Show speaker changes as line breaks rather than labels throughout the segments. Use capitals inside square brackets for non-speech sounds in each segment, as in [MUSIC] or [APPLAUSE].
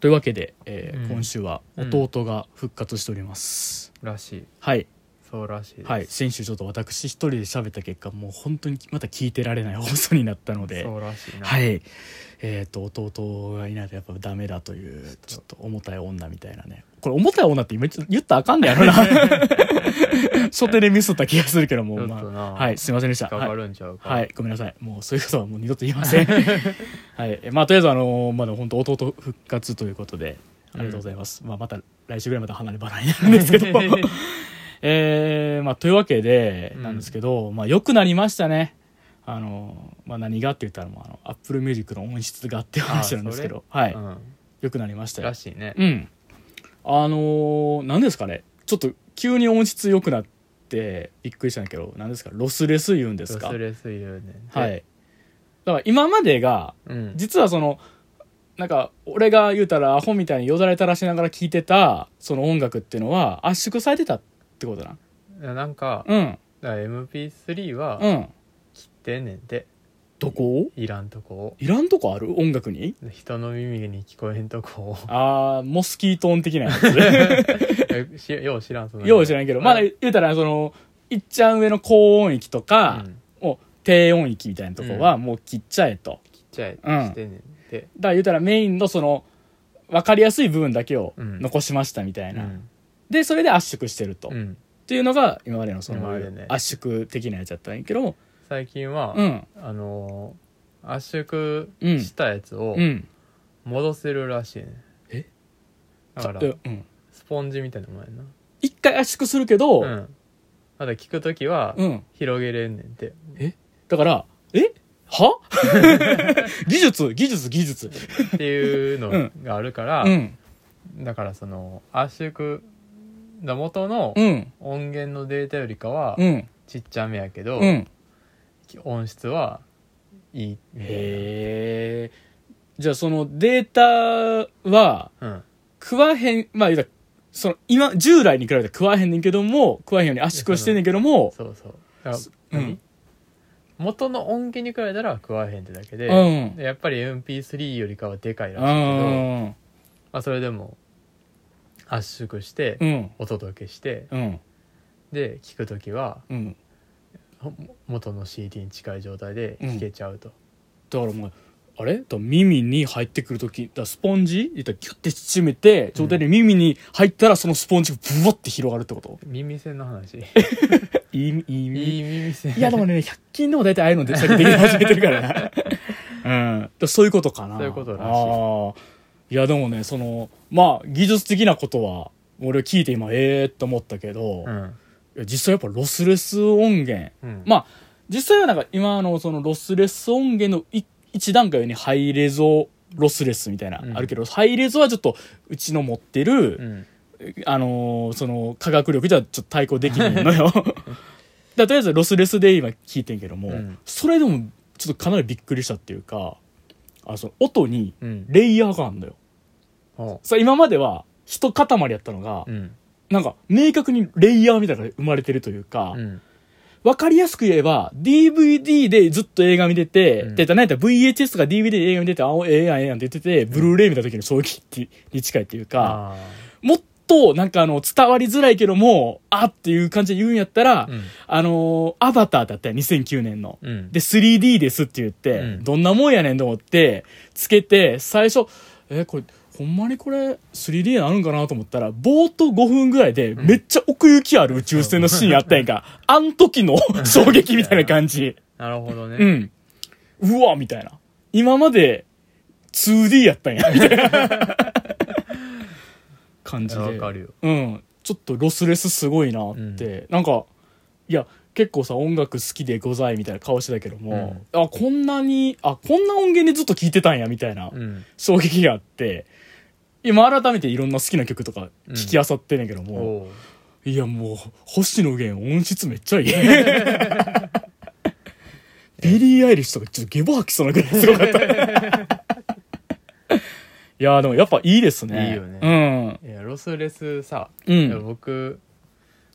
というわけで、えー
うん
今週は
うん
弟が復活しております、
らしい
はい
そうらしいです
はい先週ちょっと私一人で喋った結果もう本当にまた聞いてられない放送になったので
そうらしいな
はいえっ、と弟がいないとやっぱダメだという
ち
ちょ
ょ
っ
っ
と重たい女みたいなねこれ重たい女って今ちょっと言ったらあかんねやろな
[LAUGHS]
初手でミスった気がするけども
ちょっ
ま
とな
あはいすいませんでした
か
はい
かるんちゃうか
はい、ごめんなさい。もうそういうことはもう二度と言いませ
[LAUGHS]
ん。はい、えまあとりあえずあのーまだ本当弟復活ということでありがとうございます。まあまた来週ぐらいまた離れ離れになるんですけ
[LAUGHS]
ど、 [LAUGHS] えーまあというわけで
うん
なんですけど、まあ良くなりましたね。あのーまあ何がって言ったらもうあの Apple Music の音質がっていう話なんですけど、は
う
い、
ん
良くなりましたよ
ら。しいね
うん。あのー、何ですかね。ちょっと急に音質良くなってびっくりしたんだけど、何ですかロスレス言うんで
ロ
す
ス
か。
レス言うね
はい。だから今までが、
うん
実はその、なんか、俺が言うたらアホみたいによだれ垂らしながら聴いてた、その音楽っていうのは圧縮されてたってことな。
なんか
うん。
だから MP3 は
うん。
切ってんねんて
どこ
いらんとこ
いらんとこある音楽に
を人の耳に聞こえんとこ
[LAUGHS]
を
あー、モスキート音的なや [LAUGHS] つ。
えしよう知らんその
よう知らんけど、まだ
うん
言うたら、その、いっちゃん上の高音域とか、もう低音域みたいなとこはもう切っちゃえと。
切っちゃえ
うん
してんねん
だ
て
から言うたらメインのその、わかりやすい部分だけを
うん
残しましたみた
う
いな。
ん
で、それで圧縮してると。
うん
っていうのが今までのそ
今
の
までね
圧縮的なやつだったんやけども
最近は
うん
あのー圧縮したやつを
うん
戻せるらしいね
え
だから
えうん
スポンジみたいなもんやな
一回圧縮するけど、う
うんんまだ聞く時は広げれんねんて
だからえは
[LAUGHS]
技術技術技術
っていうのがあるから
うん
だからその圧縮だ元の
うん
音源のデータよりかは
うん
ちっちゃめやけど
うん
音質はいいみたいな
へえじゃあそのデータは
うん
食わへんまあ言うたらその今従来に比べたら食わへんねんけども食わへんように圧縮してんねんけども
そうそうだから
すう
何
ん
元の音源に比べたら食わへんってだけで、
うん
でやっぱり MP3 よりかはでかいうらしいけど、
ん
まあ、それでも圧縮して
うん
お届けして、
うん
で聞く時は
うん
ほ元の CD に近い状態で聴けちゃうと、
だからもうあれだから耳に入ってくる時だからスポンジ言ったらギュッて縮めて状態で耳に入ったらそのスポンジがブワッて広がるってこと
耳栓
[LAUGHS]
の話い
いいいい
い耳栓
いやでもね100均でも大体ああいうので先でき始めてるからなうんだからそういうことかな
そういうことらしい
あーいやでもねそのまあ技術的なことは俺聞いて今ええと思ったけど、
う
い
ん
や実際やっぱロスレス音源
うん
まあ実際はなんか今のそのロスレス音源のい一段階上にハイレゾロスレスみたいな、
うん
あるけどハイレゾはちょっとうちの持ってる、
うん
あのーその科学力じゃちょっと対抗できないの
[LAUGHS]
よだからとりあえずロスレスで今聞いてんけども、
うん
それでもちょっとかなりびっくりしたっていうかあその音に
うん
レイヤーがあるのよ
ほ
さ今までは一塊やったのが、
ううん
なんか明確にレイヤーみたいなのが生まれてるというか、
うん
わかりやすく言えば、DVD でずっと映画見てて、
うん
で、なんやったら VHS とか DVD で映画見てて、あ、ええやん、ええやんって言ってて、ブルーレイ見た時の衝撃ってに近いっていうか、
あ
もっとなんかあの、伝わりづらいけども、あっていう感じで言うんやったら、
ーうん
あのーアバターだったよ、2009年の。
うん
で、3D ですって言って、
うん
どんなもんやねんと思って、つけて、最初、えこれ、ほんまにこれ 3D なるんかなと思ったら、冒頭5分ぐらいで、めっちゃ奥行きある宇宙船のシーンあったやんか。あん時の衝撃みたいな感じ。
なるほどね、
うん。うわみたいな。今まで 2D やったんや、みたいな感じで。
わかるよ
うん、ちょっとロスレスすごいなって、なんかいや結構さ音楽好きでございみたいな顔してたけども、あこんなにあこんな音源でずっと聴いてたんやみたいな
うん
衝撃があって今改めていろんな好きな曲とか聴きあさってんねんけど
お
も、
う
いやもう星野源音質めっ
[LAUGHS]
ちゃいい [LAUGHS] ビリー・アイリッシュとかちょっとゲボ吐きそうなぐらいすごかったい
[LAUGHS]
やでもやっぱいいですね
いいよねいやロスレスさ、
うん
いや僕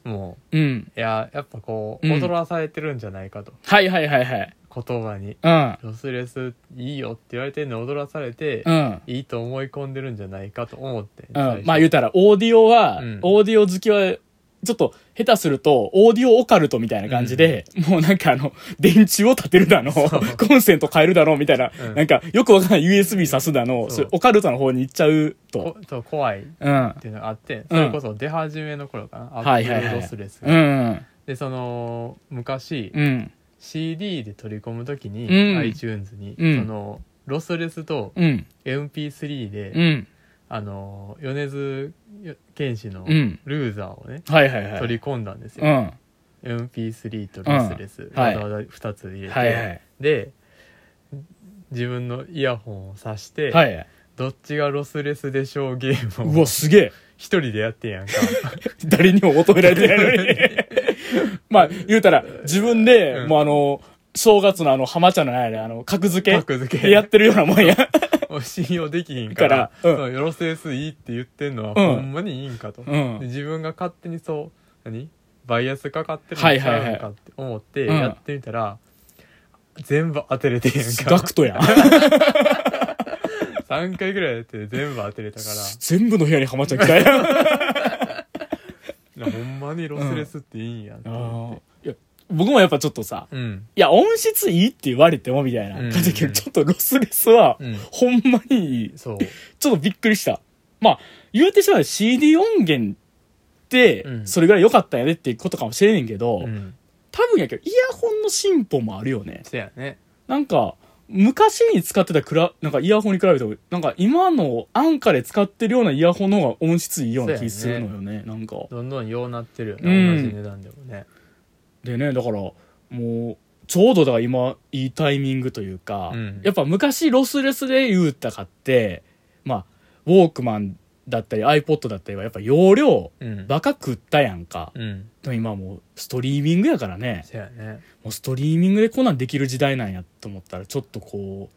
も
うんうん
ういややっぱこう
うん
踊らされてるんじゃないかと、
はいはいはいはい。
言葉に
うん。
ロスレスいいよって言われてるのに踊らされて、
うん。
いいと思い込んでるんじゃないかと思って、
うん、まあ言うたらオーディオは、
うん
オーディオ好きはちょっと下手するとオーディオオカルトみたいな感じで、もうなんかあの電柱を立てるだの
そう
コンセント変えるだのみたいな、
うん
なんかよくわかんない USB 挿すだの
そう
そういうオカルトの方に行っちゃうと
こそう怖いっ
うん
ていうのがあってそれこそ出始めの頃かな、
はいはいはい
アップルロスレスが、
うん
でその昔、
うん
CD で取り込むときに、
うん
iTunes に、
うん
そのロスレスと
うん
MP3 で、
うん
あの米津玄師の
うん
ルーザーをね、
はいはいはい
取り込んだんです
う
よ、
ん
MP3 とロスレス、
うんはい
わざわざ2つ入れて、
はいはい
で自分のイヤホンを挿して、
はい
どっちがロスレスでしょうゲーム
う
を
わすげえ
一人でやってんやんか
誰にも求められてないのに。 [LAUGHS] まあ、言うたら、自分で、
うん
もうあの、正月のあの、浜茶のないあの、格付け
格付け
やってるようなも
[LAUGHS]
んや。
もう信用できひんから
からうん
そのロスレスいいって言ってんのは
うん
ほんまにいいんかと、
う
で
ん。
自分が勝手にそう何バイアスかかってるんちゃうんかって思って
はいはいはい
やってみたら、全部当てれてんやん
ガ
か
クトやん。
3回ぐらいやって全部当てれたか
全部の部屋に浜茶来たやん。あ
らいやほんまにロスレスっていいんやって思
ーいや僕もやっぱちょっとさ、
ってうん
いや、音質いいって言われてもみたいな感じだけ
う
ど、
ん
ちょっとロスレスは
うん、
ほんまにいい。
そう
ちょっとびっくりした。まあ、言うてしまう CD 音源って
う、ん
それぐらい良かったんやでっていうことかもしれねんけど、
うん
多分やけど、イヤホンの進歩もあるよね。
そやね
なんか、昔に使ってたクラ、なんかイヤホンに比べても、なんか今の安価で使ってるようなイヤホンの方が音質いいような気するのよね、なんか。
どんどんようなってるよ
う
ね
ん
同じ値段でもね
でね、だから、もう、ちょうどだから今、いいタイミングというか、
うん
やっぱ昔ロスレスで言うたかって、まあ、ウォークマンだったり iPod だったりはやっぱ容量、
うん
バカ食ったやんか。
うん
でも今もうストリーミングやからね。
そやね
もうストリーミングでこんなんできる時代なんやと思ったらちょっとこ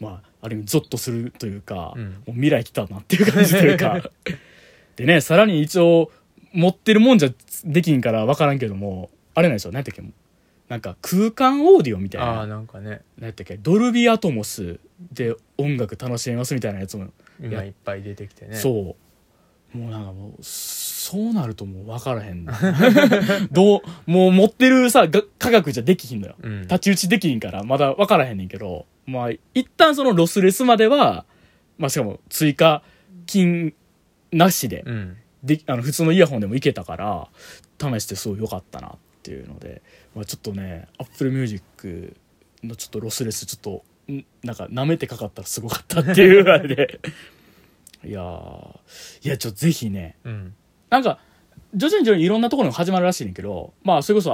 うまあある意味ゾッとするというか、
うん
もう未来来たなっていう感じという
[LAUGHS]
かでねさらに一応持ってるもんじゃできんから分からんけどもあれなんでしょうねてっけなんか空間オーディオみたい
ああー
な
なんかね
何やったっけドルビーアトモスで音楽楽しめますみたいなやつも、
今いっぱい出てきてね
そうもうなんかもうそうなるともう分からへんの
[LAUGHS]
どうもう持ってるさが科学じゃできひんのよ
うん
太刀打ちできひんからまだ分からへんねんけどまあ一旦そのロスレスまでは、まあ、しかも追加金なしで,、
うん
であの普通のイヤホンでもいけたから試してすごい良かったなっていうので、まあ、ちょっとね AppleMusic のちょっとロスレスちょっとんなんか舐めてかかったらすごかったっていうぐらいで [LAUGHS] いやーいやちょっとぜひね
うん
なんか徐々に徐々にいろんなところが始まるらしいねんけどまあそれこそ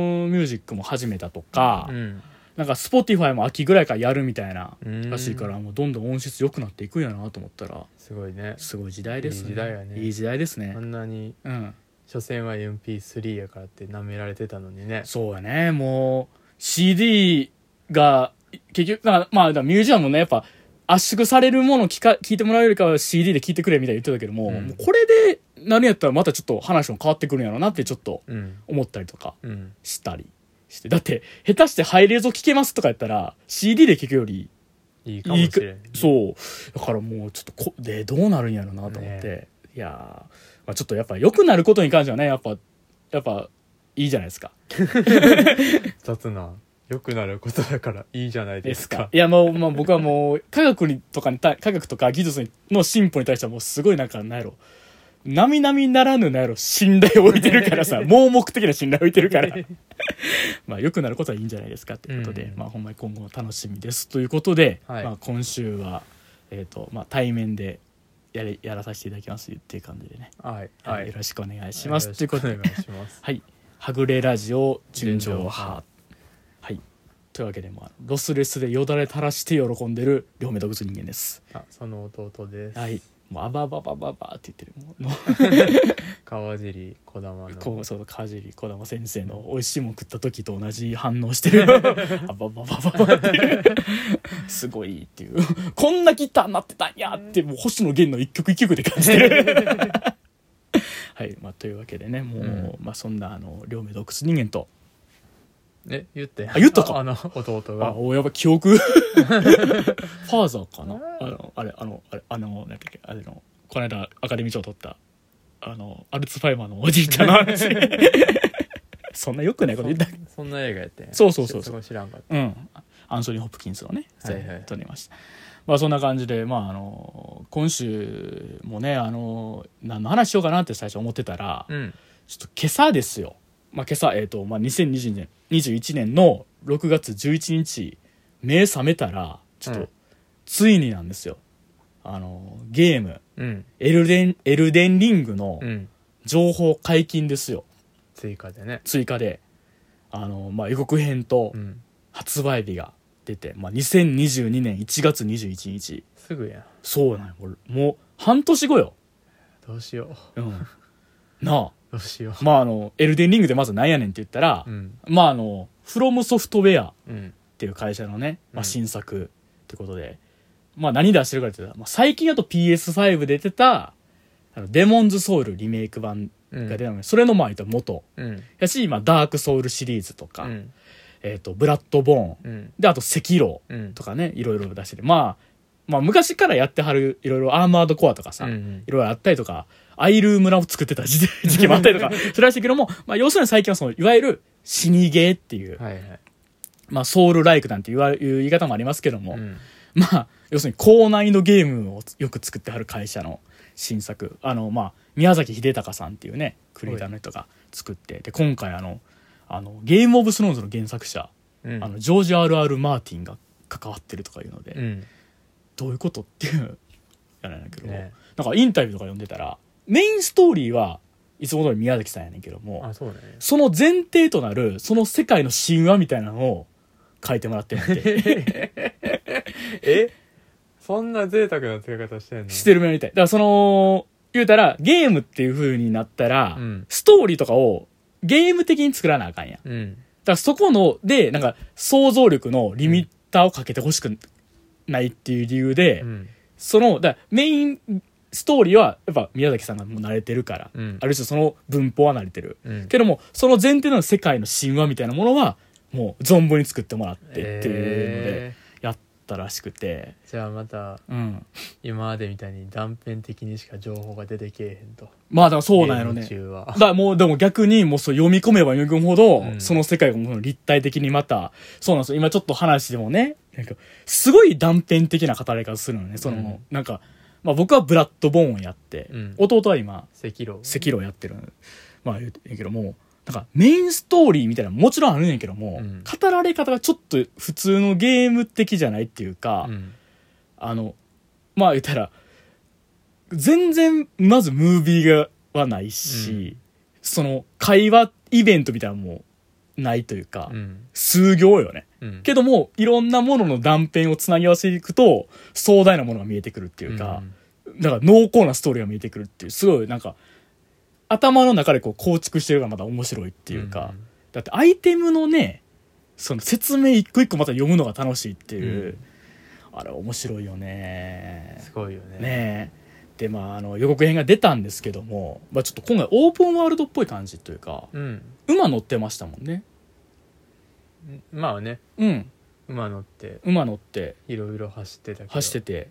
AmazonMusic も始めたとか、
うん
なんか Spotify も秋ぐらいからやるみたいな
うん
らしいからもうどんどん音質良くなっていくんやなと思ったら
すごいね
すごい時代ですね
いい時代やね
いい時代ですね
あんなに
うん
所詮は MP3 やからって舐められてたのにね
そうやねもう CD が結局なんかまあだからミュージアムもねやっぱ圧縮されるものを聞か聞いてもらうよりかは CD で聞いてくれみたいに言ってたけども,、
うん
もうこれで何やったらまたちょっと話も変わってくるんやろうなってちょっと
うん
思ったりとか
うん
したりしてだって下手してハイレゾ聞けますとかやったら CD で聞くより
いいかもしれんね
いいかそうだからもうちょっとこでどうなるんやろうなと思って、いやー、まあ、ちょっとやっぱ良くなることに関してはねやっぱやっぱいいじゃないですか
雑な良くなることだからいいじゃないですか
いやもう、まあ、僕はもう科学にとかにた科学とか技術にの進歩に対してはもうすごいなんかなんやろ並々ならぬなんやろ信頼を置いてるから
[LAUGHS]
さ盲目的な信頼を置いてるからまあ良くなることはいいんじゃないですかということで、
うん
まあほんまに今後も楽しみですということで、
はい
まあ、今週は、えーとまあ、対面でやれやらさせていただきますっていう感じでね、
はいは
はいよ
い
ろしくお願いします
よろ
という
しく
こ
お
とで
願いします
はい。はぐれラジオ純情
純情
派
派。
はい。というわけで、まあ、ロスレスでよだれ垂らして喜んでる両目動物人間です。
あその弟です
はい。もう、あばばばばばって言ってる。もうも
川尻児玉
う、
の
こう、そう、かじりこだま先生の美味しいもん食った時と同じ反応してる。あばばばばばっていう。すごいっていう。こんなギターになってたんやって、もう星野源の一曲一曲で感じてる。はい。まあ、というわけでね、もう、
うん
まあ、そんな、あの、両目洞窟人間と、
え言って
あ言ったか
[LAUGHS] ああの弟
あ
が
おやばい記憶 [LAUGHS] ファーザーかなあのあれあのあれあのなんだっけあれのこの間アカデミー賞取ったあのアルツハイマーのおじいちゃんの
[LAUGHS]
話そんなよくないこと言ったっけ
そそんな映画やってん
そうそうそう
ちょっとこ知らんかっ
うん、アンソニー・ホプキンスをね、
はいはい
撮りました、まあ、そんな感じで、まあ、あの今週もねあの何の話しようかなって最初思ってたら、
たうん
ちょっと今朝ですよ、まあ、今朝、えーとまあ、2020年21年の6月11日目覚めたらちょっと、
うん
ついになんですよあのゲーム
うん
エルデン「エルデンリング」の
うん
情報解禁ですよ
追加でね
追加であの、まあ、予告編と
うん
発売日が出て、まあ、2022年1月21日
すぐやん
そうなんよもうもう半年後よ、
どうしよう [LAUGHS]
うん、な
どうしよ
あまああの「エルデンリング」でまずなんやねんって言ったら
うう、ん
まああの「フロムソフトウェア」っ
うん
ていう会社のね、まあ、
うん
新作ってことで、まあ何出してるかって言ったら、まあ、最近だと PS5 で出てた「あのデモンズ・ソウル」リメイク版
う
が
ん
出たので、それのまあ言ったら元
うん
やし今「ダーク・ソウル」シリーズとか「
うん
えー、とブラッド・ボーン
うん」
であと「赤狼」
うん
とかねいろいろ出しててまあまあ昔からやってはるいろいろアーマードコアとかさ、
うんう
い
ん
ろいろあったりとかアイルー村を作ってた時代時期もあったりと
[LAUGHS]
かそれらしいけども、まあ、要するに最近はそのいわゆる死にゲーっていう、
はいはい
まあ、ソウルライクなんて言わいう言い方もありますけども、
うん
まあ要するに高難易度ゲームをよく作ってはる会社の新作あのまあ宮崎秀隆さんっていうねクリエイターの人が作ってで今回あのあのゲーム・オブ・スローンズの原作者、
うん
あのジョージ・ R.R. マーティンが関わってるとかいうので、
うん
どういうことっていうやらないけど、
ね
なんかインタビューとか読んでたらメインストーリーはいつも通り宮崎さんやねんけども
あそうだね
その前提となるその世界の神話みたいなのを書いてもらってんねんて
えそんな贅沢な使い方してんの
してるみたいだからその言うたらゲームっていう風になったら、
うん
ストーリーとかをゲーム的に作らなあかんやんだ
うん
からそこのでなんか想像力のリミッターをかけてほしくないっていう理由で、
うん
そのだからメインストーリーはやっぱ宮崎さんがもう慣れてるから、
うん
ある種その文法は慣れてる、
うん
けどもその前提の世界の神話みたいなものはもう存分に作ってもらってっていうので
え
やったらしくて、
ーじゃあまた
うん、
今までみたいに断片的にしか情報が出てけえへんと
まあだからそうなんやろ
ゲ
ね
ーム中
だ
は
からもうでも逆にもうそう読み込めば読み込むほど、
うん
その世界がもう立体的にまたそうなんですよ今ちょっと話でもねなんかすごい断片的な語り方するのねその、
うん
なんか、まあ、僕はブラッドボーンをやって、
うん
弟は今
赤炉
赤色をやってるまあ言うてんやけどもなんかメインストーリーみたいなのもちろんあるんやけども、
うん
語られ方がちょっと普通のゲーム的じゃないっていうか、
うん
あのまあ言ったら全然まずムービーがはないし、
うん
その会話イベントみたいなのもないというか、
うん
数行よね
うん
けどもいろんなものの断片をつなぎ合わせていくと壮大なものが見えてくるっていうか、だから濃厚なストーリーが見えてくるっていうすごいなんか頭の中でこう構築してるのがまだ面白いっていうか、
ん
だってアイテムのねその説明一個一個また読むのが楽しいっていう、あれ面白いよね
すごいよね
ねえでまああの予告編が出たんですけども、まあ、ちょっと今回オープンワールドっぽい感じというか
うん
馬乗ってましたもんね
まあね
うん
馬乗って
馬乗って
いろいろ走ってたけど
走ってて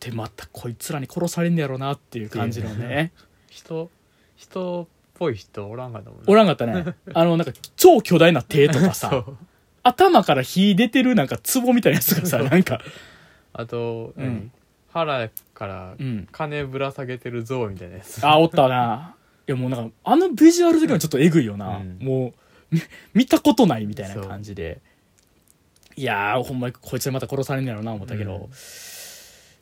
でまたこいつらに殺されんねやろうなっていう感じのね
人人っぽい人おらんかったもんね
おらんかった [LAUGHS] ね。あの、なんか、超巨大な手と [LAUGHS] か
そ
さ、
う
頭から火出てるなんか壺みたいなやつがさ、
そう
なんか、
あと
うん
何腹から
うん。
金ぶら下げてる像みたいなやつ
あ、おったな。いや、もうなんか、あのビジュアル的にはちょっとえぐいよな。
うん
もう、み見たことないみたいな感じで。いやー、ほんまにこいつにまた殺されんねやろな、思ったけど。
うん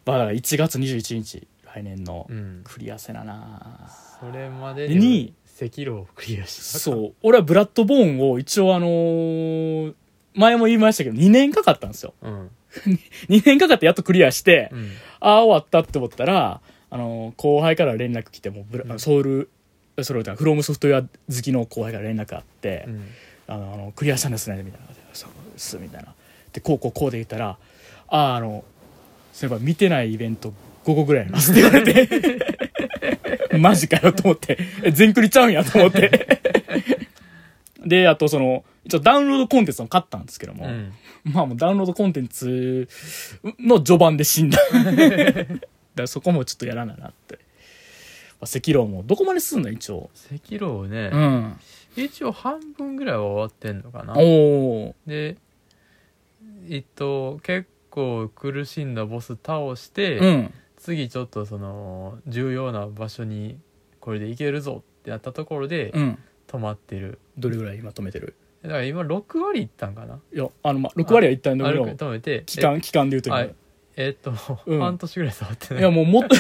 まあ、だから1月21日、来年の
う、ん
クリアせなな
それまで
に
赤炉をクリアした
そう。俺はブラッドボーンを一応あのー前も言いましたけど、2年かかったんですよ。
うん
2年かかってやっとクリアして、
うん
ああ終わったって思ったらあの後輩から連絡来てもうブラ、
うん
ソウルそれを言ったらフロムソフトウェア好きの後輩から連絡あって「
うん
あのあのクリアしたんですね」みたいな「そうです」みたいなでこうこうこうで言ったら「あああのそういえば見てないイベント5個ぐらいあります」って言われ
[LAUGHS]
てマ
[LAUGHS]
ジかよと思ってえ全クリちゃうんやと思ってであとそのちょダウンロードコンテンツを買ったんですけども、
うん
まあもうダウンロードコンテンツの序盤で
[LAUGHS]
死んだ。だからそこもちょっとやらななって。まあ、赤狼もどこまですんの一応。
赤狼ね、
うん。
一応半分ぐらいは終わってんのかな
おー。
でえっと結構苦しんだボス倒して、
うん。
次ちょっとその重要な場所にこれで行けるぞってなったところで
うん。
止まってる、
どれぐらい今止めてる
だから今6割いったんかない
や、あの、まあ、6割は一旦の
あれ
よ。
止めて
期間、期間で言うと今
あええっと、
うん
半年ぐらい触ってない
いや、もうもっと [LAUGHS] い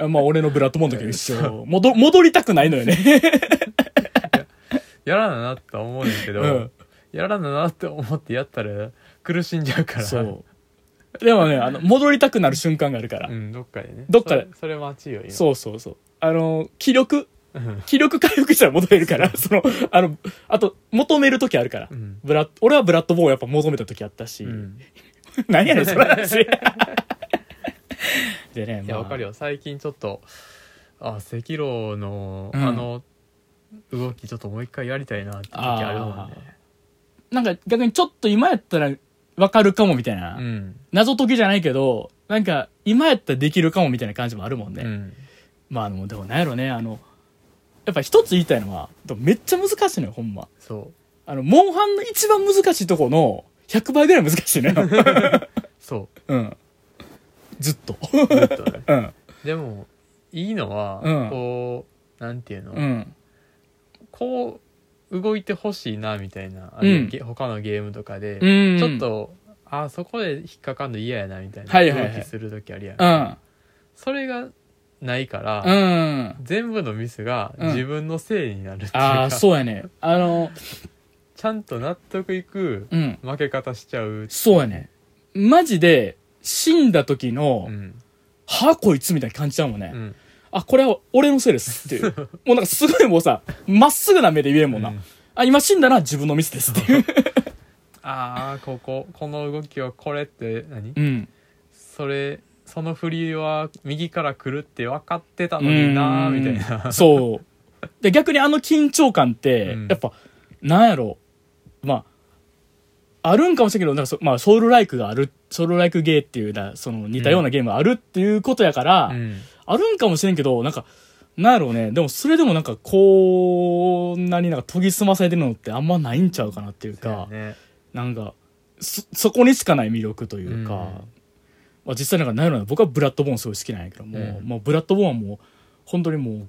や、まあ俺のブラッドモンドけど一緒。戻、戻りたくないのよね。
やらななって思うんだけど、
うん
やらななって思ってやったら苦しんじゃうから
そう。でもね、あの、戻りたくなる瞬間があるから。
うん、どっかでね
どっかで
それそれ待ちよ今
そうそうそう。あの、気力、 [LAUGHS]
うん
気力回復したら戻れるから、その、あの、あと、求める時あるから
う。ん、
ブラッ俺はブラッドボーンやっぱ求めた時あったし。
うん、
[LAUGHS] 何やねん、その話。 [LAUGHS] でね、
いやわかる
よ。
よ最近ちょっとあ赤狼の、
うん
あの動きちょっともう一回やりたいなって時あるもんね
なんか逆にちょっと今やったらわかるかもみたいな。
うん、
謎解きじゃないけど、なんか、今やったらできるかもみたいな感じもあるもんね。
うん、
まあ、あの、でもなんやろね、あの、やっぱ一つ言いたいのは、でもめっちゃ難しいのよ、ほんま。
そう
あの、モンハンの一番難しいとこの、100倍ぐらい難しいの [LAUGHS] よ。
そ
[LAUGHS] うん。ずっと。
うずっとね
うん。
でもいいのは、
うん
こうなんていうの、
うん。
こう動いてほしいなみたいなあの、
うん
げ他のゲームとかで、
うん。
ちょっ。とあそこで引っかかんの嫌やなみたいな、
はいはいはい
動きする時あるやん、
うん。
それがないから、
うん。
全部のミスが
うん
自分のせいになるっていう
あ
か、
あ、そうやね。あの、
ちゃんと納得いく
うん。
負け方しちゃう、
そうやね。マジで、死んだ時の、
うん
はあこいつみたいな感じだもんね。
うん
あ、これは俺のせいですって [LAUGHS] いう。もうなんかすごいもうさ、まっすぐな目で言えんもんな。
うん
あ、今死んだな、自分のミスですっていう。
ああこここの動きはこれって何、
うん。
それその振りは右から来るって分かってたのになーみたいな
うんそう。で、逆にあの緊張感って、
うん
やっぱ、なんやろう。まあ、あるんかもしれんけど、なんかそまあ、ソウルライクがある、ソウルライクゲーっていうな、その似たようなゲームがあるって [LAUGHS] いうことやから、
うん
あるんかもしれんけど、なんか、なんやろうね。でも、それでもなんか、こんなになんか研ぎ澄まされてるのってあんまないんちゃうかなっていう
そう
か
や、ね
なんかそそこにしかない魅力というか、
うん
まあ、実際なんか何やろな僕はブラッドボーンすごい好きなんやけども、
うん
もうブラッドボーンはもう本当にも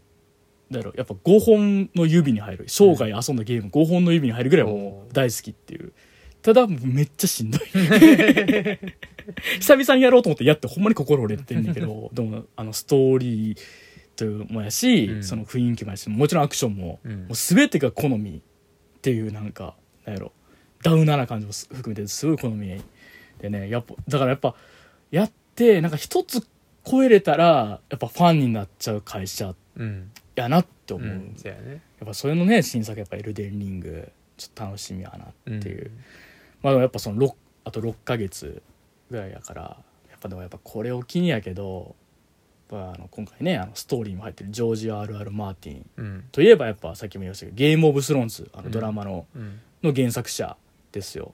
うだろうやっぱ5本の指に入る生涯遊んだゲーム5本の指に入るぐらいはも
お
う
ー
大好きっていうただめっちゃし
[LAUGHS]
んどい久々にやろうと思ってやってほんまに心折れてんだけ
[LAUGHS]
どでもあのストーリーというもやし、
うん
その雰囲気もやしもちろんアクションも,、
うん
もう全てが好みっていうなんかなんやろダウナーな感じもす含めてすごい好みでねやっぱだからやっぱやってなんか一つ超えれたらやっぱファンになっちゃう会社
うん
やなって
う
思う、
んそうやね
やっぱそれのね新作やっぱ「エルデンリング」ちょっと楽しみやなっていう、
ん
まあでもやっぱその6あと6ヶ月ぐらいやからやっぱでもやっぱこれを機にやけどやっぱあの今回ねあのストーリーも入ってるジョージ・ RR ・マーティン
うん
といえばやっぱさっきも言いましたけど「ゲーム・オブ・スローンズ」あ
う
の
ん
ドラマの、
うん
の原作者ですよ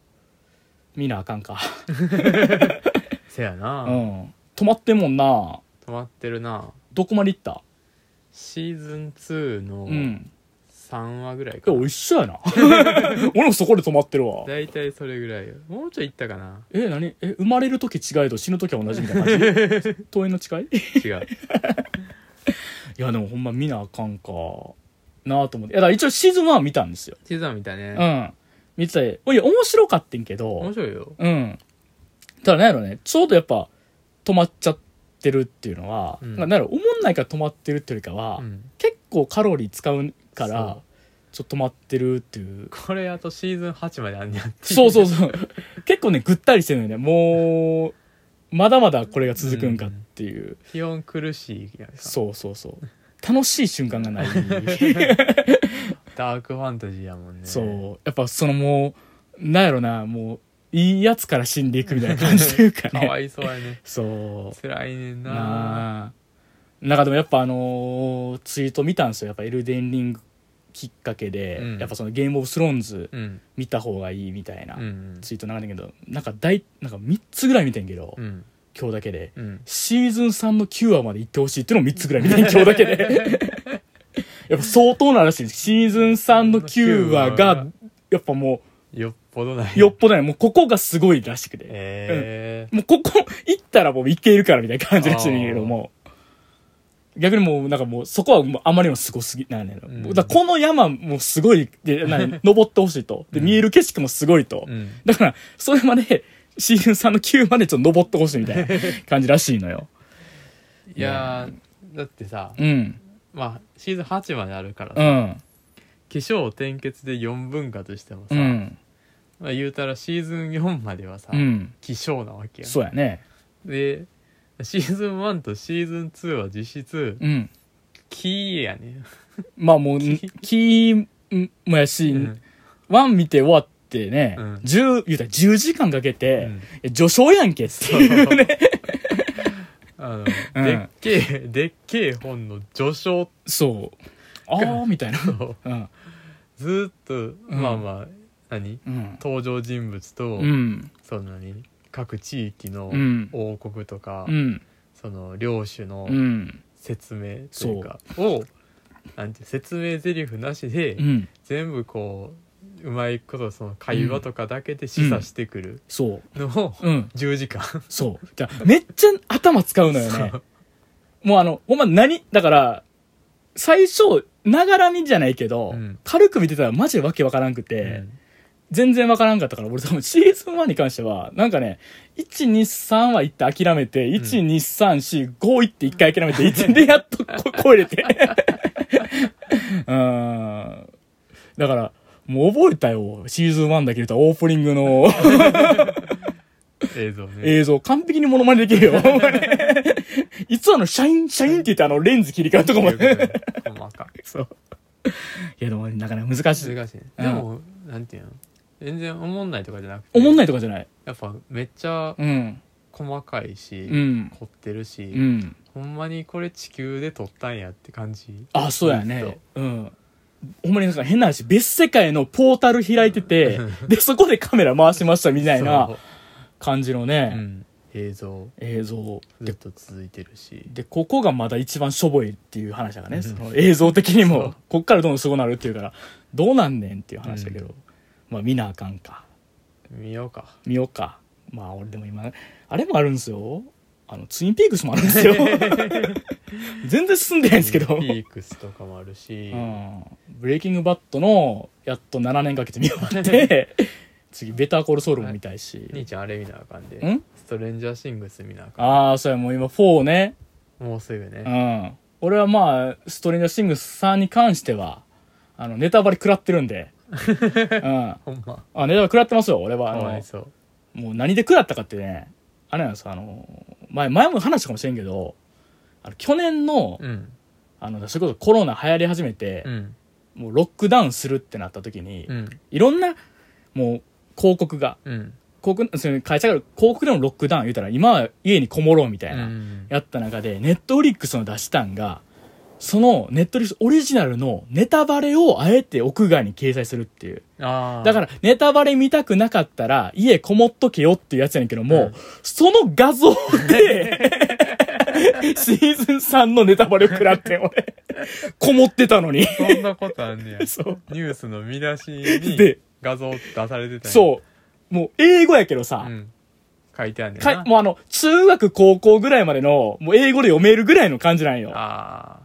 見なあかんか
せや
う
な、
ん止まってんもんな
止まってるな
どこまで行った
シーズン2の
うん
3話ぐらい
い
か
や
な、
一緒 [LAUGHS] やな俺もそこで止まってるわ
大体それぐらいよもうちょい行ったか
[LAUGHS]
な
え何え生まれる時違いと死ぬ時は同じみたいな感 [LAUGHS] じ遠いの違いい
違う
やでもほんま見なあかんかなあと思っていやだから一応シーズン1は見たんですよ
地図は見た
う
ね、
ん見てておいや面白かってんけど
面白いよ
うん。ただ、なんやろね、ちょうどやっぱ、止まっちゃってるっていうのは、
うん
なんやろ、思んないから止まってるっていうよりかは、
うん
結構カロリー使うか
そ
ら
う、
ちょっと止まってるって
[LAUGHS]
いう。
これあとシーズン8まであんねやってい
そうそうそう。結構ね、ぐったりしてるのよね。もう、まだまだこれが続くんかっていう。
気温苦しいやんか
そうそうそう。楽しい瞬間が
[LAUGHS]
ない。
ダークファンタジーやもんね
そう。やっぱそのもう、なんやろな、もう、いいやつから死んでいくみたいな感じというか
[LAUGHS] か
ね。
わいそうやね
そう。
辛いねんな
なあなんかでもやっぱあのーツイート見たんですよやっぱエルデンリングきっかけで、
うん
やっぱそのゲームオブスローンズ
うん
見た方がいいみたいな
うん
ツイート流れてんけど、なんか大、なんか3つぐらい見てんけど、
うん
今日だけで。
うん
シーズン3の9話まで行ってほしいっていうのを3つぐらい見て
[LAUGHS]
ん、今日だけで。やっぱ相当ならしいです。シーズン3の9話が、やっぱも
よっぽどな
う、
い
よっぽどね、もうここがすごいらしくて。
え
もうここ行ったらもう行けるからみたいな感じらしいんだけども。逆にもうなんかもうそこはもうあまりにもすごすぎ、なんやろ。
うん
だからこの山もすごい、で、な
[LAUGHS]
に登ってほしいと。で、
うん
見える景色もすごいと
ー。うん
だから、それまで、シーズン3の9までちょっと登ってほしいみたいな感じらしいの
[LAUGHS]
よ。
いやーだってさ
うん。
まあシーズン8まであるから
う
さ
ん。
化粧転結で4分割しても
う
さ
ん。
まあ言うたらシーズン4まではさ
うん。
気象なわけやん
そうやね。
でシーズン1とシーズン2は実質
うん。
キーやね
まあもう、キーもやし、
うん
ワン見て終わってね、
うん
10、言うたら10時間かけて、
うん
いや序章やんけっていうね。
あの
うん
でっけえでっけえ本の序章っ
そう。ああ、みたいな。
てのを
うん。
ずーっと
ん
まあまあ何
うん。
登場人物と
うん。
その何各地域の
うん
王国とか
うん。
その領主の
うん。
説明というかをなんていう説明台詞なしで
うん。
全部こううまいことその会話とかだけで示唆してくる
そう。
のを
うん。
10時間
そう。じゃあめっちゃ頭使うのよね。もうあの、ほんま何、だから、最初、ながら見じゃないけど、
うん
軽く見てたらマジでわけわからんくて、全然わからんかったから、俺多分シーズン1に関しては、なんかね、1、2、3は行って諦めて、1、2、3、4、5行って1回諦めて、1でやっとこ超えれて。うーん。だから、もう覚えたよ。シーズン1だけ言うとオープニングの
映像ね
映像、完璧にモノマネできるよ。ほんまにいつあの、シャイン、シャインって言ってあの、レンズ切り替えるとかも
という
ね。
ことで細か
そう。いや、でも、なかなか難しい。
難しいでもなんていうの全然思んないとかじゃなくて
思んないとかじゃない。
やっぱめっちゃ
うん。
細かいし
うん。
凝ってるし
うん。
ほんまにこれ地球で撮ったんやって感じ
あ、そうや
そ
ね
う。
うん。ほんまになんか変な話、別世界のポータル開いてて、で、そこでカメラ回しましたみたいな感じの
そうう
ね、
ん映像
映像。
ずっ
で、
と続いてるし
で、ここがまだ一番しょぼいっていう話だから
う
ね、
ん
その映像的に
そう
も、こっからどんどんすごなるっていうから、どうなんねんっていう話だけど、まあ見なあかんか。
見ようか
見ようか。まあ俺でも今、あれもあるんですよ。あの、ツインピークスもあるんで
[LAUGHS]
すよ。全然進んでないんですけど。
ピークスとかもあるし
うんブレイキングバットのやっと7年かけて見終わって
[LAUGHS]
次ベターコールソウルも見たいし、
兄ちゃんあれ見なあかんで
ん
ストレンジャーシングス見なあか
ああそうやもう今4ね
んもうすぐ
う
ね
ん俺はまあストレンジャーシングス3に関してはあのネタバレ食らってるん
[LAUGHS]
で、うん、あ
ほん
ネタバ
ま
レ食らってますよ俺はあ
か
の
わいそう
もう何で食らったかってねあれなんですよあの前前も話したかもしれんけどあの去年の,、
うん
あのそれこそコロナ流行り始めて
う、ん
もうロックダウンするってなった時に、
うん
いろんな、もう、広告が、
うん
広告、その会社が広告でのロックダウン言うたら、今は家にこもろうみたいうな、
ん
やった中で、ネットフリックスの出したんが、そのネットフリックスオリジナルのネタバレをあえて屋外に掲載するっていう。
ああ
だから、ネタバレ見たくなかったら、家こもっとけよっていうやつやねんけども、
うん
その画像
[LAUGHS]
で、シーズン3のネタバレを食らってん、俺。こもってたのに。
そんなことあんねや
[LAUGHS]
ニ
そう
ュースの見出しに
で
画像出されてたんや
そう。もう、英語やけどさ、
うん書いてあんねん
か
な
もうあの、中学高校ぐらいまでの、もう英語で読めるぐらいの感じなんよ。
あ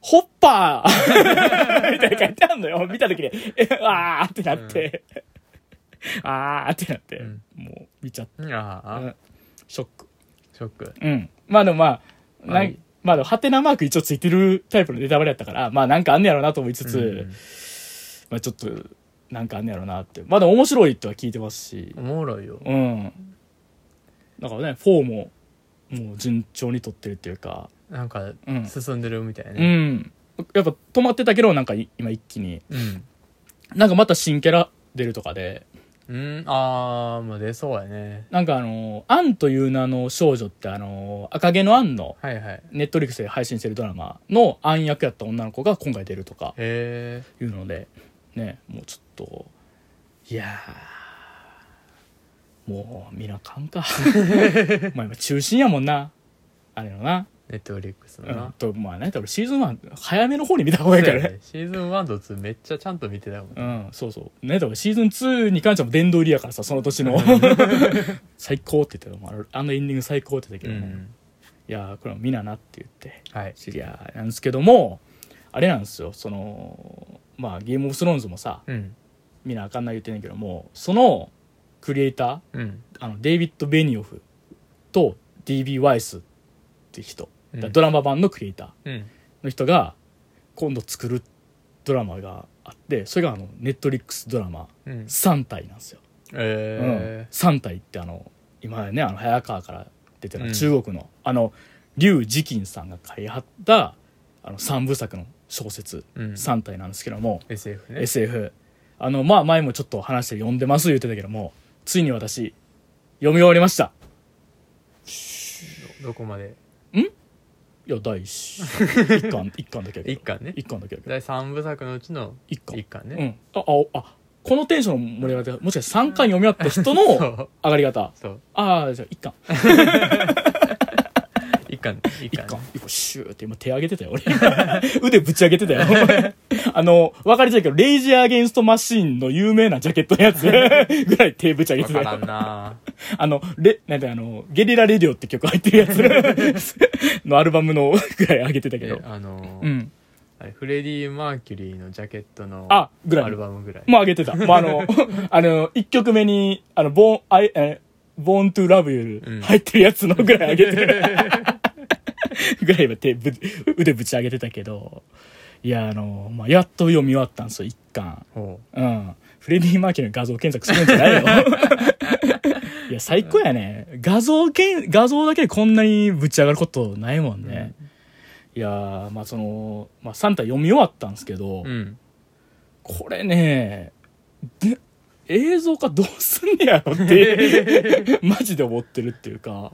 ホッパー [LAUGHS] みたいに書いてあんのよ。見た時に、え、あーってなって、あーってなって、
うん
もう見ちゃっ
ーあ
た。
ーあ
ショック。
ショック
うん。まあでもまあ、な
は
ん
い
まあでも、ハテナマーク一応ついてるタイプのネタバレやったから、まあなんかあんねやろうなと思いつつ、まあちょっと、なんかあんねやろうなって。まあでも面白いとは聞いてますし
う、んおもろいよ
うん。だからね、4も、もう順調に撮ってるっていうか、
なんか
うん。
進んでるみたい
うん
ね。
やっぱ止まってたけど、なんかい今一気に。
うん
なんかまた新キャラ出るとかで、
ううんあーまあ出そうやね
なんかあの、アンという名の少女ってあの、赤毛のアンの、
はいはいへ
ネットリックスで配信してるドラマのアン役やった女の子が今回出るとか
え
いうので、ね、もうちょっと、いやー、もう見なあかん
[LAUGHS]
か。まあ今中心やもんな。あれのな。
ネットフリックス
う
のな、
ん、と、まあね、多分シーズン1、早めの方に見た方がいいから
そうや
ね。
ねシーズン1と2めっちゃちゃんと見てたもん、
うん、そうそう。ね、多分シーズン2に関しても殿堂入りやからさ、その年の。 [LAUGHS] 最高って言ってたよあのエンディング最高って言って
う
たけどね。
ん、
いやー、これも見ななって言って。
はい
シリアなんですけどもあれなんですよそのまあゲームオブスローンズもさ
うん
みんなあかんない言ってんねんけどもそのクリエイタ
うん
ーあのデイビッド・ベニオフと DB ・ワイスって人、
うん
ドラマ版のクリエイター
うん
の人が今度作るドラマがあってそれがあのネットリックスドラマ
うん
3体なんですよ、
え
うん、3体ってあの今ねあの早川から出て
う
る
ん
中国の、あの劉慈欣さんが開発ったあの3部作の小説
ー、うん
3体なんですけども、
SF ね
SF あのまあ前もちょっと話して読んでます言ってたけどもついに私読み終わりました
どこまで
いや第1
[LAUGHS]
巻一巻だけやけ
一
ど
巻ね
一巻だけやけど
第3部作のうちの
一巻
一巻
う
ね、
んあああこのテンションの盛り上がり方もしかして3巻読み合った人の
[LAUGHS] そ
上
う
がり方
そう
ああじゃあ1巻
一巻一
一
巻
貫一個シューって今手上げてたよ俺 [LAUGHS] 腕ぶち上げてたよ [LAUGHS] あの分かりづらいけどレイジアゲンストマシーンの有名なジャケットのや
[LAUGHS]
つぐらい手ぶち上げ
わ
て
か
た
ら
よ
んな
あのレなんてあのゲリラレディオって曲入ってるや
[LAUGHS]
つのアルバムのぐらい上げてたけど
えあのー
うん
あれフレディ・マーキュリーのジャケットの
あぐらい
アルバムぐらい
もう上げ
[LAUGHS]
てたもうあの [LAUGHS] あの1曲目に「あのボーン・アイえボーントゥ・ラブ・ユ
うん
ル」入ってるやつのぐらい上げてる
[LAUGHS]
ぐらいは手ぶ腕ぶち上げてたけどいやあの、まあ、やっと読み終わったんですよ一巻
ほ
うんフレディ・マーキュリーの画像検索するんじゃ
[LAUGHS]
ないよいや最高やね画像けん画像だけでこんなにぶち上がることないもんね、いやーまあその、まあ、3体読み終わったんですけど、
ううん
これねで映像化どうすんねやろってマジで思ってるっていうか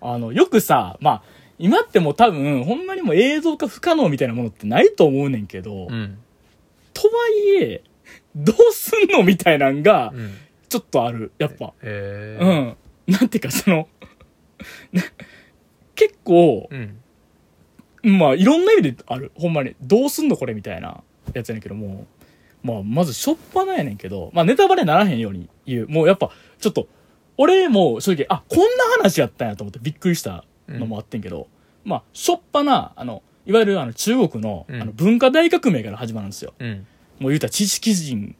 あのよくさまあ今ってもう多分ほんまにもう映像化不可能みたいなものってないと思うねんけど、
うん
とはいえどうすんのみたいなんが
うん
ちょっとあるやっぱ、
え
う
ー
んなんていうかその [LAUGHS] な結構
うん
まあいろんな意味であるほんまにどうすんのこれみたいなやつやねんけどもまあまずしょっぱなやねんけどまあネタバレならへんように言うもうやっぱちょっと俺も正直あこんな話やったんやと思ってびっくりしたのもあってんけど、まあしょっぱなあのいわゆるあの中国の,、
うん
あの文化大革命から始まるんですよ
うん
もう言うたら知識人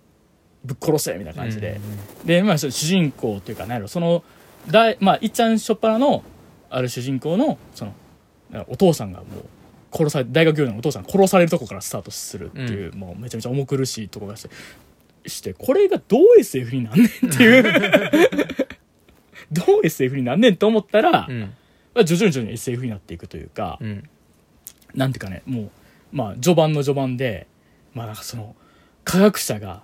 ぶっ殺せみたいな感じで、で、まあ、主人公というか何やろその大、まあ、いっちゃん初っ端のある主人公のそのお父さんがもう殺され大学教授のお父さんが殺されるとこからスタートするっていう、もうめちゃめちゃ重苦しいとこがしてしてこれがどう SF になんねんっていう
[LAUGHS]
どう SF になんねんと思ったら、
うん
まあ徐々に徐々に SF になっていくというか、
うん
なんていうかねもうまあ序盤の序盤でまあなんかその科学者が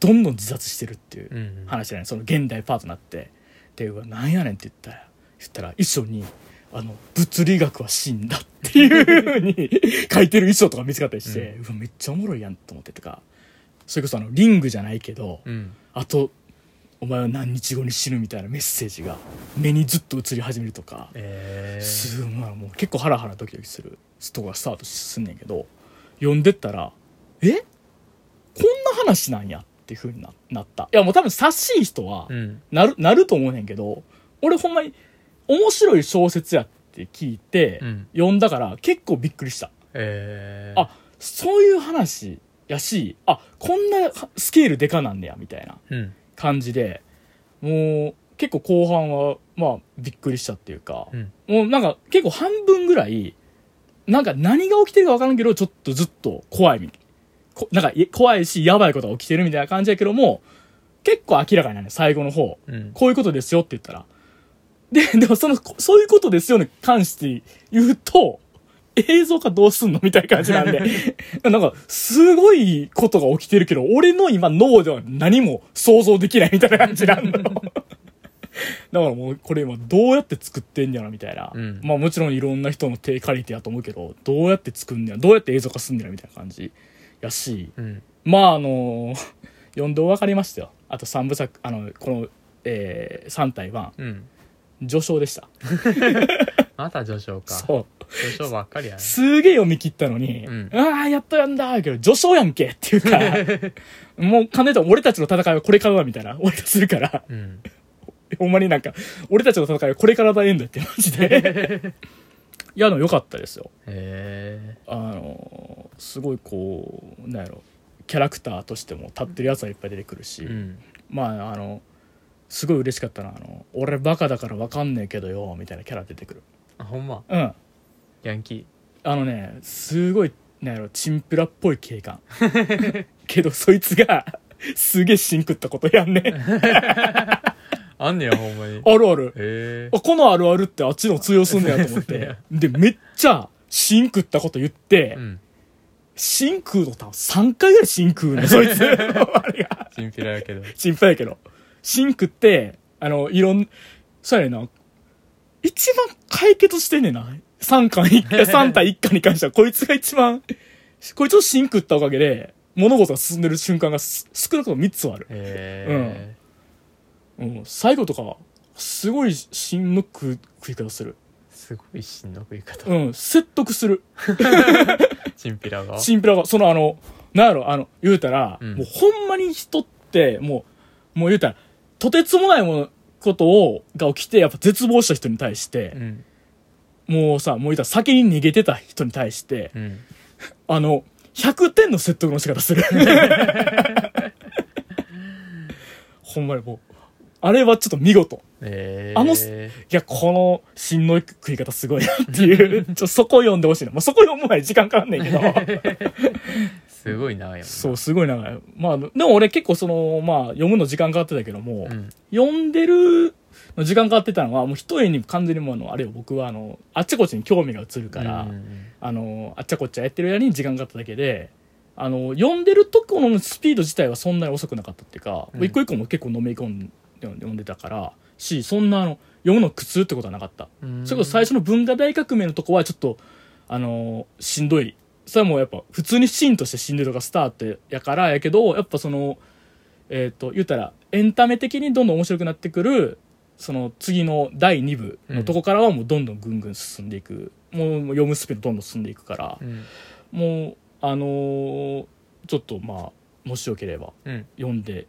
どんどん自殺してるっていう
うんうん
話じゃないその現代パートナーってでうわなんやねんって言ったら言ったら遺書にあの物理学は死んだっていうふうに書いてる遺書とか見つかったりして、うわめっちゃおもろいやんと思ってとかそれこそあのリングじゃないけど、
うん
あとお前は何日後に死ぬみたいなメッセージが目にずっと映り始めるとか、
えー
すごいもう結構ハラハラドキドキするとこがスタートすんねんけど読んでったらえこんな話なんやっていう風にななったいやもう多分察しい人は
うん
なる,、なると思うねんけど俺ほんまに面白い小説やって聞いて、
うん
読んだから結構びっくりした
えー
あそういう話やしあこんなスケールでかなんねやみたいな
うん
感じでもう結構後半はまあびっくりしたっていうか、
うん
もうなんか結構半分ぐらいなんか何が起きてるか分からんけどちょっとずっと怖いみこなんかい怖いしやばいことが起きてるみたいな感じやけども結構明らかになるね最後の方
うん
こういうことですよって言ったらででもそのこそういうことですよに関して言うと映像化どうすんのみたいな感じなん
[LAUGHS]
で。なんか、すごいことが起きてるけど、俺の今脳では何も想像できないみたいな感じなの。
[LAUGHS]
だからもう、これ今どうやって作ってんやろみたいな。
うん
まあもちろんいろんな人の手借りてやと思うけど、どうやって作んねや、どうやって映像化すんねやみたいな感じやし。
うん
まああの読んで分かりましたよあと3部作あのこの、えー、3体は
うん
序章でした
また序章か
そう
序章ばっかりやね
すげえ読み切ったのに、
うん
ああやっとやんだけど序章やんけっていう
[LAUGHS]
かもう完全に俺たちの戦いはこれからだみたいな俺たちするから
うん
ほんまになんか俺たちの戦いはこれからだエンドやってマジで
[LAUGHS]
いやでもよかったですよ
へ
あのすごいこうなんやろキャラクターとしても立ってるやつがいっぱい出てくるし、
えうん
まああのすごい嬉しかったなあの「俺バカだから分かんねえけどよ」みたいなキャラ出てくる
あほんま
うん
ヤンキ
あのねすごいなんやろチンピラっぽい警官 [LAUGHS] けどそいつがすげえシンクったことやんね
[LAUGHS] ーあんねやほんまにへ
あるある
え
あこのあるあるってあっちの通用すんねやと思っ
[LAUGHS] そう
て
や
でめっちゃシンクったこと言って、
うん
真空の多分3回ぐらい真空ねそい
[LAUGHS]
つ [LAUGHS] あれが
チンピラやけど
心配やけど。シンクって、あの、いろん、そうやねんな。一番解決してんねんな。三巻一家、三体一家に関しては、こいつが一番、こいつをシンクったおかげで、物事が進んでる瞬間がす少なくとも3つはある。
へえ
うん。最後とか、すごい芯の食う食い方する。
すごいしんどく言い方
うん。説得する。
チンピラが
チンピラが、そのあの、なんやろ、あの、言うたら、
うん
もうほんまに人って、もう、もう言うたら、とてつもないもの、ことを、が起きて、やっぱ絶望した人に対して
う、ん
もうさ、もう言うたら先に逃げてた人に対して、
うん
あの、100点の説得の仕方する。ほんまにもう、あれはちょっと見事。
へえ
あのすいや、この、しんの食い方すごいなって
[LAUGHS]
いう、ちょ、そこ読んでほしいな。まあ、そこ読む前に時間かかんねんけど。
すごい長いもんな
そう、すごい長い。まあ、でも俺結構その、まあ、読むの時間かかってたけども、
うん
読んでるの時間かかってたのは、もう一重に完全にもうあの、あれよ、僕はあの、あっちこっちに興味が移るから、
うん
あの、あっちゃこっちゃやってる間に時間がかかっただけで、あの、読んでるとこのスピード自体はそんなに遅くなかったっていうか、
うん
一個一個も結構のめり込んで読んでたから、し、そんなあの、読むの苦痛ってことはなかった。
うん
それこそ最初の文化大革命のとこはちょっと、あのーしんどい。それはもうやっぱ、普通にシーンとしてしんどいとかスタートやからやけど、やっぱその、えっ、と、言うたら、エンタメ的にどんどん面白くなってくる、その次の第2部のとこからはもうどんどんぐんぐん進んでいく。もうもう読むスピードどんどん進んでいくから、
うん
もう、あのーちょっとまあ、もしよければ、
うん
読んで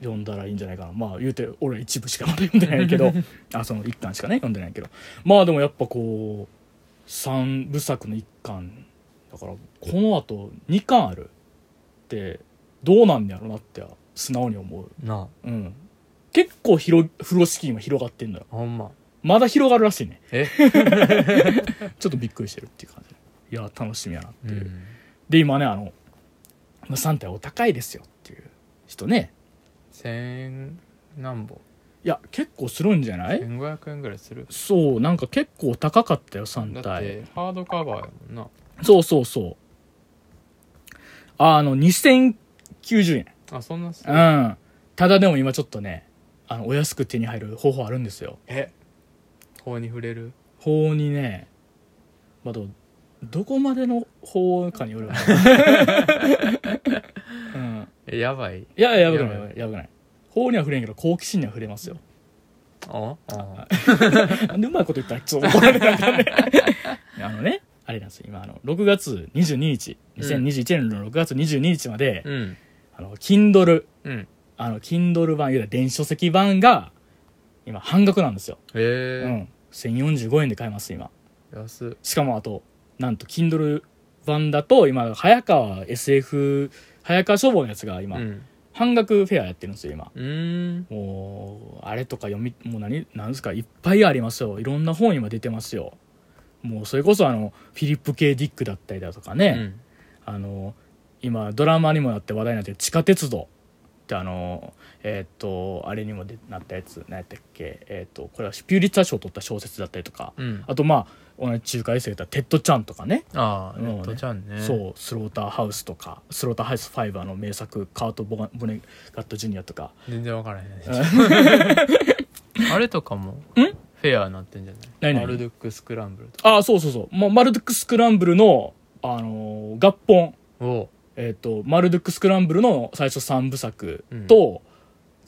読んだらいいんじゃないかなまあ言うて俺は一部しかまだ読んでないけ
[LAUGHS]
どあその一巻しかね読んでないけどまあでもやっぱこう3部作の一巻だからこのあと2巻あるってどうなんやろなって素直に思う
なあ
うん結構広い風呂敷が広がってんのよ
ほんま
まだ広がるらしいね
え
ちょっとびっくりしてるっていう感じいや楽しみやなって
う
いう、
ん
で今ねあの3体お高いですよっていう人ね
千何本
いや結構するんじゃない
千五百円ぐらいする
そうなんか結構高かったよ
だ
3
って
体
ハードカバーやもんな
そうそうそうあの2090円
あそんなする
うんただでも今ちょっとねあのお安く手に入る方法あるんですよ
え法に触れる
法にねまあどうどこまでの法かによるわ [LAUGHS] うん
えやばい
いややばくないやばくないやばくない法には触れんけど好奇心には触れますよ
ああ
なんでうまいこと言ったらちょっと怒られなあかんね
[LAUGHS]
あのね、あれなんですよ。今、あの、6月22日、
うん
2021年の6月22日まで、
うん
あの、Kindle、
うん
あの、Kindle 版、いわゆる電子書籍版が、今、半額なんですよ。
へえ
うん。1045円で買えます、今。
安っ
しかも、あと、なんと、Kindle 版だと、今、早川 SF、早川消防のやつが今、
うん
半額フェアやってるんですよ、今。
うーん
もうあれとか読みもう何何ですかいっぱいありますよいろんな本今出てますよもうそれこそあのフィリップ・ケディックだったりだとか
う
ね、
ん
あの今ドラマにもなって話題になってる地下鉄道ってあのえっ、とあれにもでなったやつ何やったっけえっ、とこれはピューリッツァー賞を取った小説だったりとか、
うん
あとまあ同じ中華衛星だったら「テッドちゃん」とかね
ああ
うん
ネットちゃんね
そうスローターハウスとかスローターハウスファイバーの名作カート・ボガボネガット・ジュニアとか
全然分からへん
[LAUGHS]
あれとかもフェアになってんじゃな
何
い
々
マルドックスクランブルとか
ああそうそうそう、まあ、マルドック・スクランブルの、あのー合本
おう
えっ、とマルドック・スクランブルの最初3部作と、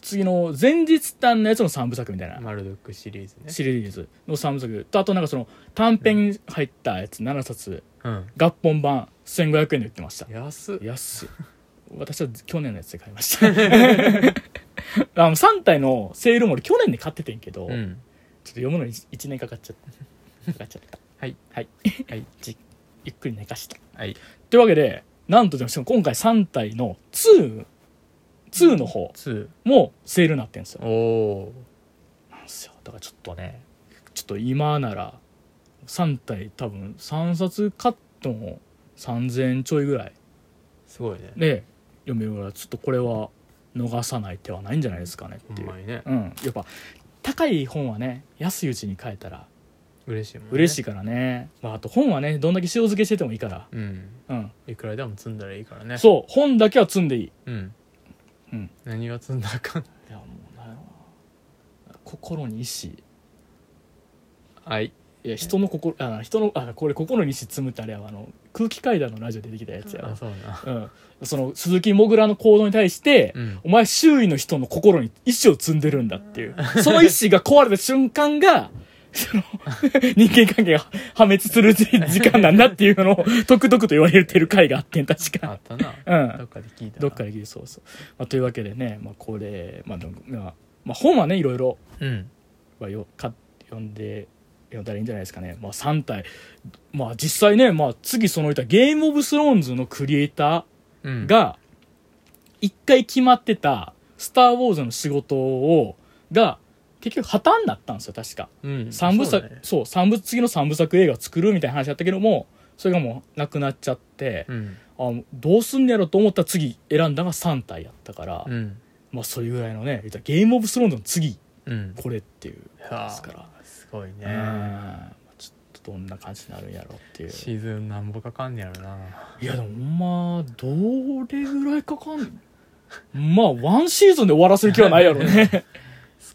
次の前日談のやつの3部作みたいな、
マルドックシリーズね
シリーズの3部作とあとなんかその短編に入ったやつ7冊
うん
合本版1500円で売ってました
安っ
安い私は去年のやつで買いました [LAUGHS] あの3体のセールも俺去年で買っててんけど、
う
ちょっ
ん
と読むのに1年かかっちゃったかかっちゃった
はい
はい
はい
じゆっくり寝かした
はい
というわけでなんとでもしかも今回3体の2 2の方
2
もセールになってるんですよ
おお
なんすよだからちょっとねちょっと今なら3体多分3冊買っても3000円ちょいぐらい
すごいね
で読めるからちょっとこれは逃さない手はないんじゃないですかねって
ほ
いう、
んまにね
うん、やっぱ高い本はね安いうちに買えたら
嬉しいもんね
嬉しい
い
からねまあ、あと本はねどんだけ塩漬けしててもいいから、
うん
うん、
いくらでも積んだらいいからね
そう本だけは積んでいい
うん
うん
何が積んだらあかん
いやもうなんやろな心に意志
はい
いや人の心あ人のあこれ心に意志積むってあれはあの空気階段のラジオで出てきたやつや
あ
わ、
そうな
うん、その鈴木もぐらの行動に対して、
うん
お前周囲の人の心に意志を積んでるんだっていう。その意志が壊れた瞬間が、その [LAUGHS] 人間関係が破滅する時間なんだっていうのを、とくとくと言われてる回があってん、確
あ
か。
ったな
うん
どっかで聞いたな
どっかで聞いてそうそう。まあ、というわけでね、まあ、これ、まあ、でもまあ、まあ、本はね、いろいろ、
うん
まあ、よか読んで、読んだらいいんじゃないですかね。まあ、3体。まあ、実際ね、まあ、次その言ったゲームオブスローンズのクリエイター、
うん
が一回決まってた「スター・ウォーズ」の仕事をが結局破綻になったんですよ確か
うん
三部
そう
作
だね
そう,、三部次の3部作映画を作るみたいな話だったけどもそれがもうなくなっちゃって、
うん
あどうすんねやろと思ったら次選んだのが3体やったから、
うん
まあそれぐらいのね言ったらゲーム・オブ・スローンズの次
うん
これっていう
いやー
ですから、
すごい
うん
ね
ちょっとどんな感じになるんやろっていう
シーズンなんぼかかんねやろない
やでもほんまどれぐらいかかん [LAUGHS] まあワンシーズンで終わらせる気はない [LAUGHS] やろね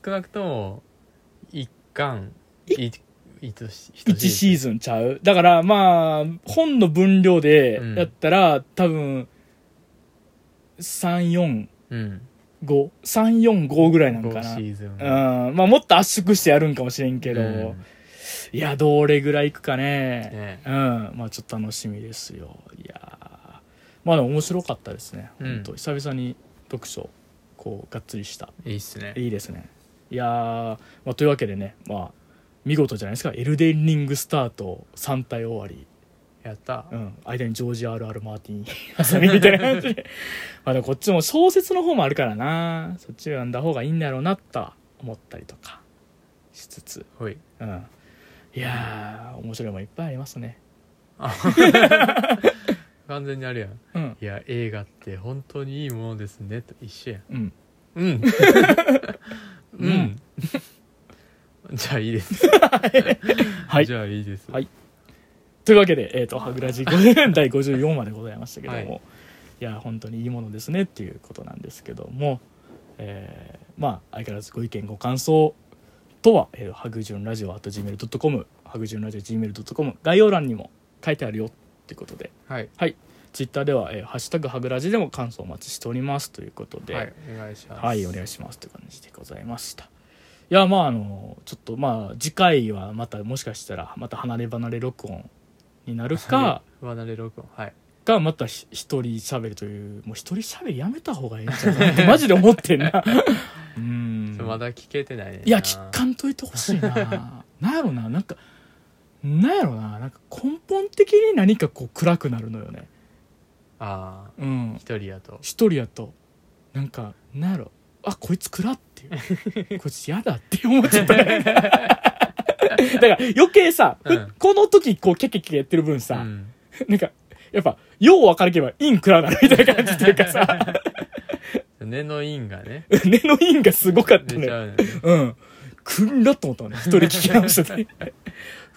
少なくとも一巻い一シ
1シーズンちゃうだからまあ本の分量で
うん
やったら、多分3455
うん
ぐらいなんか
5
な
シ
うん
ーズン
まあもっと圧縮してやるんかもしれんけど、
うん
いやどれぐらいいくかね
ね
うんまあちょっと楽しみですよいやーまあでも面白かったですね、
うん
本当久々に読書こうがっつりした
いいっすね
いいですねいやー、まあ、というわけでねまあ見事じゃないですか「エルデンリングスタート3体終わり」
やった
うん、間にジョージ・ R.R. マーティン挟みみたいな感じで
[LAUGHS]
まあでもこっちも小説の方もあるからなそっちを読んだ方がいいんだろうなとは思ったりとかしつつ、
ほい
うん、いやー面白いもんいっぱいありますね
完全にあれやん
うん
いや映画って本当にいいものですねと一緒やん
うん
うん
[LAUGHS]
うん [LAUGHS] じゃあいいです
はい
じゃあいいです
はいというわけで、えー、と、はぐら
[LAUGHS]
じ5第54話でございましたけども、
はい
い、や、本当にいいものですねっていうことなんですけども、えーまあ、相変わらずご意見、ご感想とは、えー、はぐじゅんラジオ at gmail.com、はぐじゅんラジオ gmail.com、概要欄にも書いてあるよっていうことで、
はい
ツイッターでは、えーハッシュタグはぐらじでも感想お待ちしておりますということで、
はいお願いします
はい、お願いしますという感じでございました。いや、まあ、あの、ちょっと、まあ、次回はまた、もしかしたら、また離れ離れ録音になるか
は、い離れ録音はい
が、またひ一人喋るという、もう一人喋りやめた方がいいんじゃないっ
[LAUGHS]
て、マジで思ってんな。う
それま
ん。
だ聞けてないねんない
や、聞かんといてほしいな。なんやろな、なんか、なんやろな、なんか根本的に何かこう暗くなるのよね。
ああ
うん。
一人やと
一人やとなんかなんやろあこいつ暗って [LAUGHS] いうこいつ嫌だって思っちゃった [LAUGHS] だから余計さ、ふ
うん
この時こうケケケやってる分さ、
うん [LAUGHS]
なんかやっぱよう分かれけば陰暗なるみたいな感じというかさ
な根の因がね
根の因がすごかった
出ち
ね。
ゃうのよね
うん。くんらと思ったもんね。一人聞き直してて。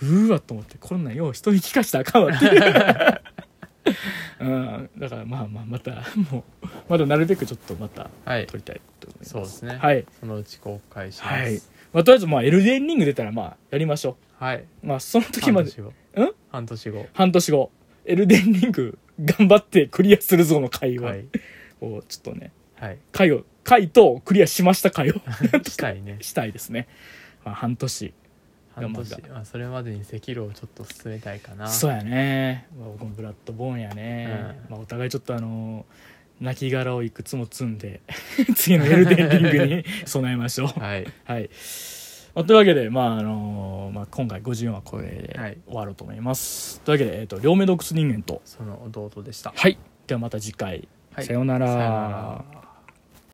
うーわと思って、こんなんよう人に聞かしたらあかんわっていう。
[LAUGHS]
うん、だからまあまあまたもうまだなるべくちょっとまた
はい
撮りたいと思います、
そうですね
はい、
そのうち公開しま
はい
す
まあ、とりあえずまあエルデンリング出たらまあやりましょ
はい、
うまあその時
半
まで
年後
うん
半年後
半年後エルデンリング頑張ってクリアするぞの会を、
はい
をちょっとね [LAUGHS]
はい
会を会とクリアしました会を [LAUGHS]
したいね
したいですね、まあ、半年
半年
頑張っ
まあそれまでに赤炉をちょっと進めたいかな
そうやね、まあ、僕もブラッドボーンやね、
う
まあ、お互いちょっとあの亡きをいくつも積んで [LAUGHS] 次のエルデンリングに [LAUGHS] 備えましょう
はい
はい、まあというわけで、まああのまあ、今回54はこれ
は
で
い
終わろうと思います、というわけで、えっと両目洞窟人間と
その弟でした
はいではまた次回、
はい
さような
さような
ら
ら